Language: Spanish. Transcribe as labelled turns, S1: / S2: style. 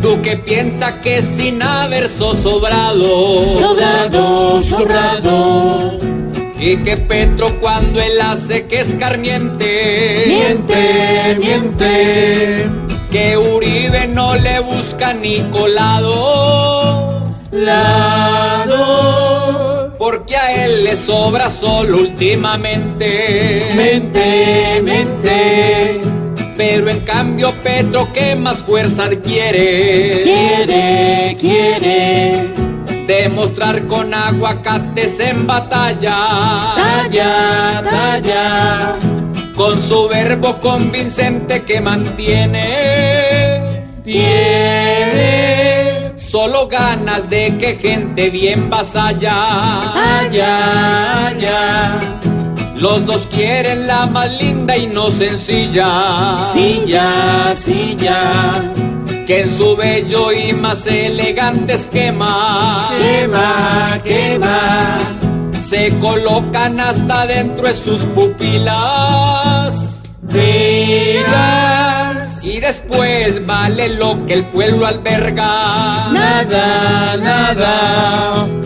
S1: Tú que piensas que sin haber sobrado,
S2: Sobrado, sobrado.
S1: y que Petro cuando él hace que escarmiente,
S2: Miente, miente.
S1: que Uribe no le busca ni colado,
S2: Lado.
S1: porque a él le sobra solo últimamente.
S2: Mente, mente.
S1: Pero en cambio Petro que más fuerza adquiere
S2: Quiere, quiere.
S1: Demostrar con aguacates en batalla
S2: Talla, talla.
S1: Con su verbo convincente que mantiene
S2: Tiene.
S1: Solo ganas de que gente bien vasalla
S2: Allá, allá.
S1: Los dos quieren la más linda y no sencilla
S2: Sí, ya, sí, ya.
S1: Que en su bello y más elegante esquema
S2: Quema, quema.
S1: se colocan hasta dentro de sus pupilas
S2: Vidas.
S1: y después vale lo que el pueblo alberga.
S2: Nada, nada.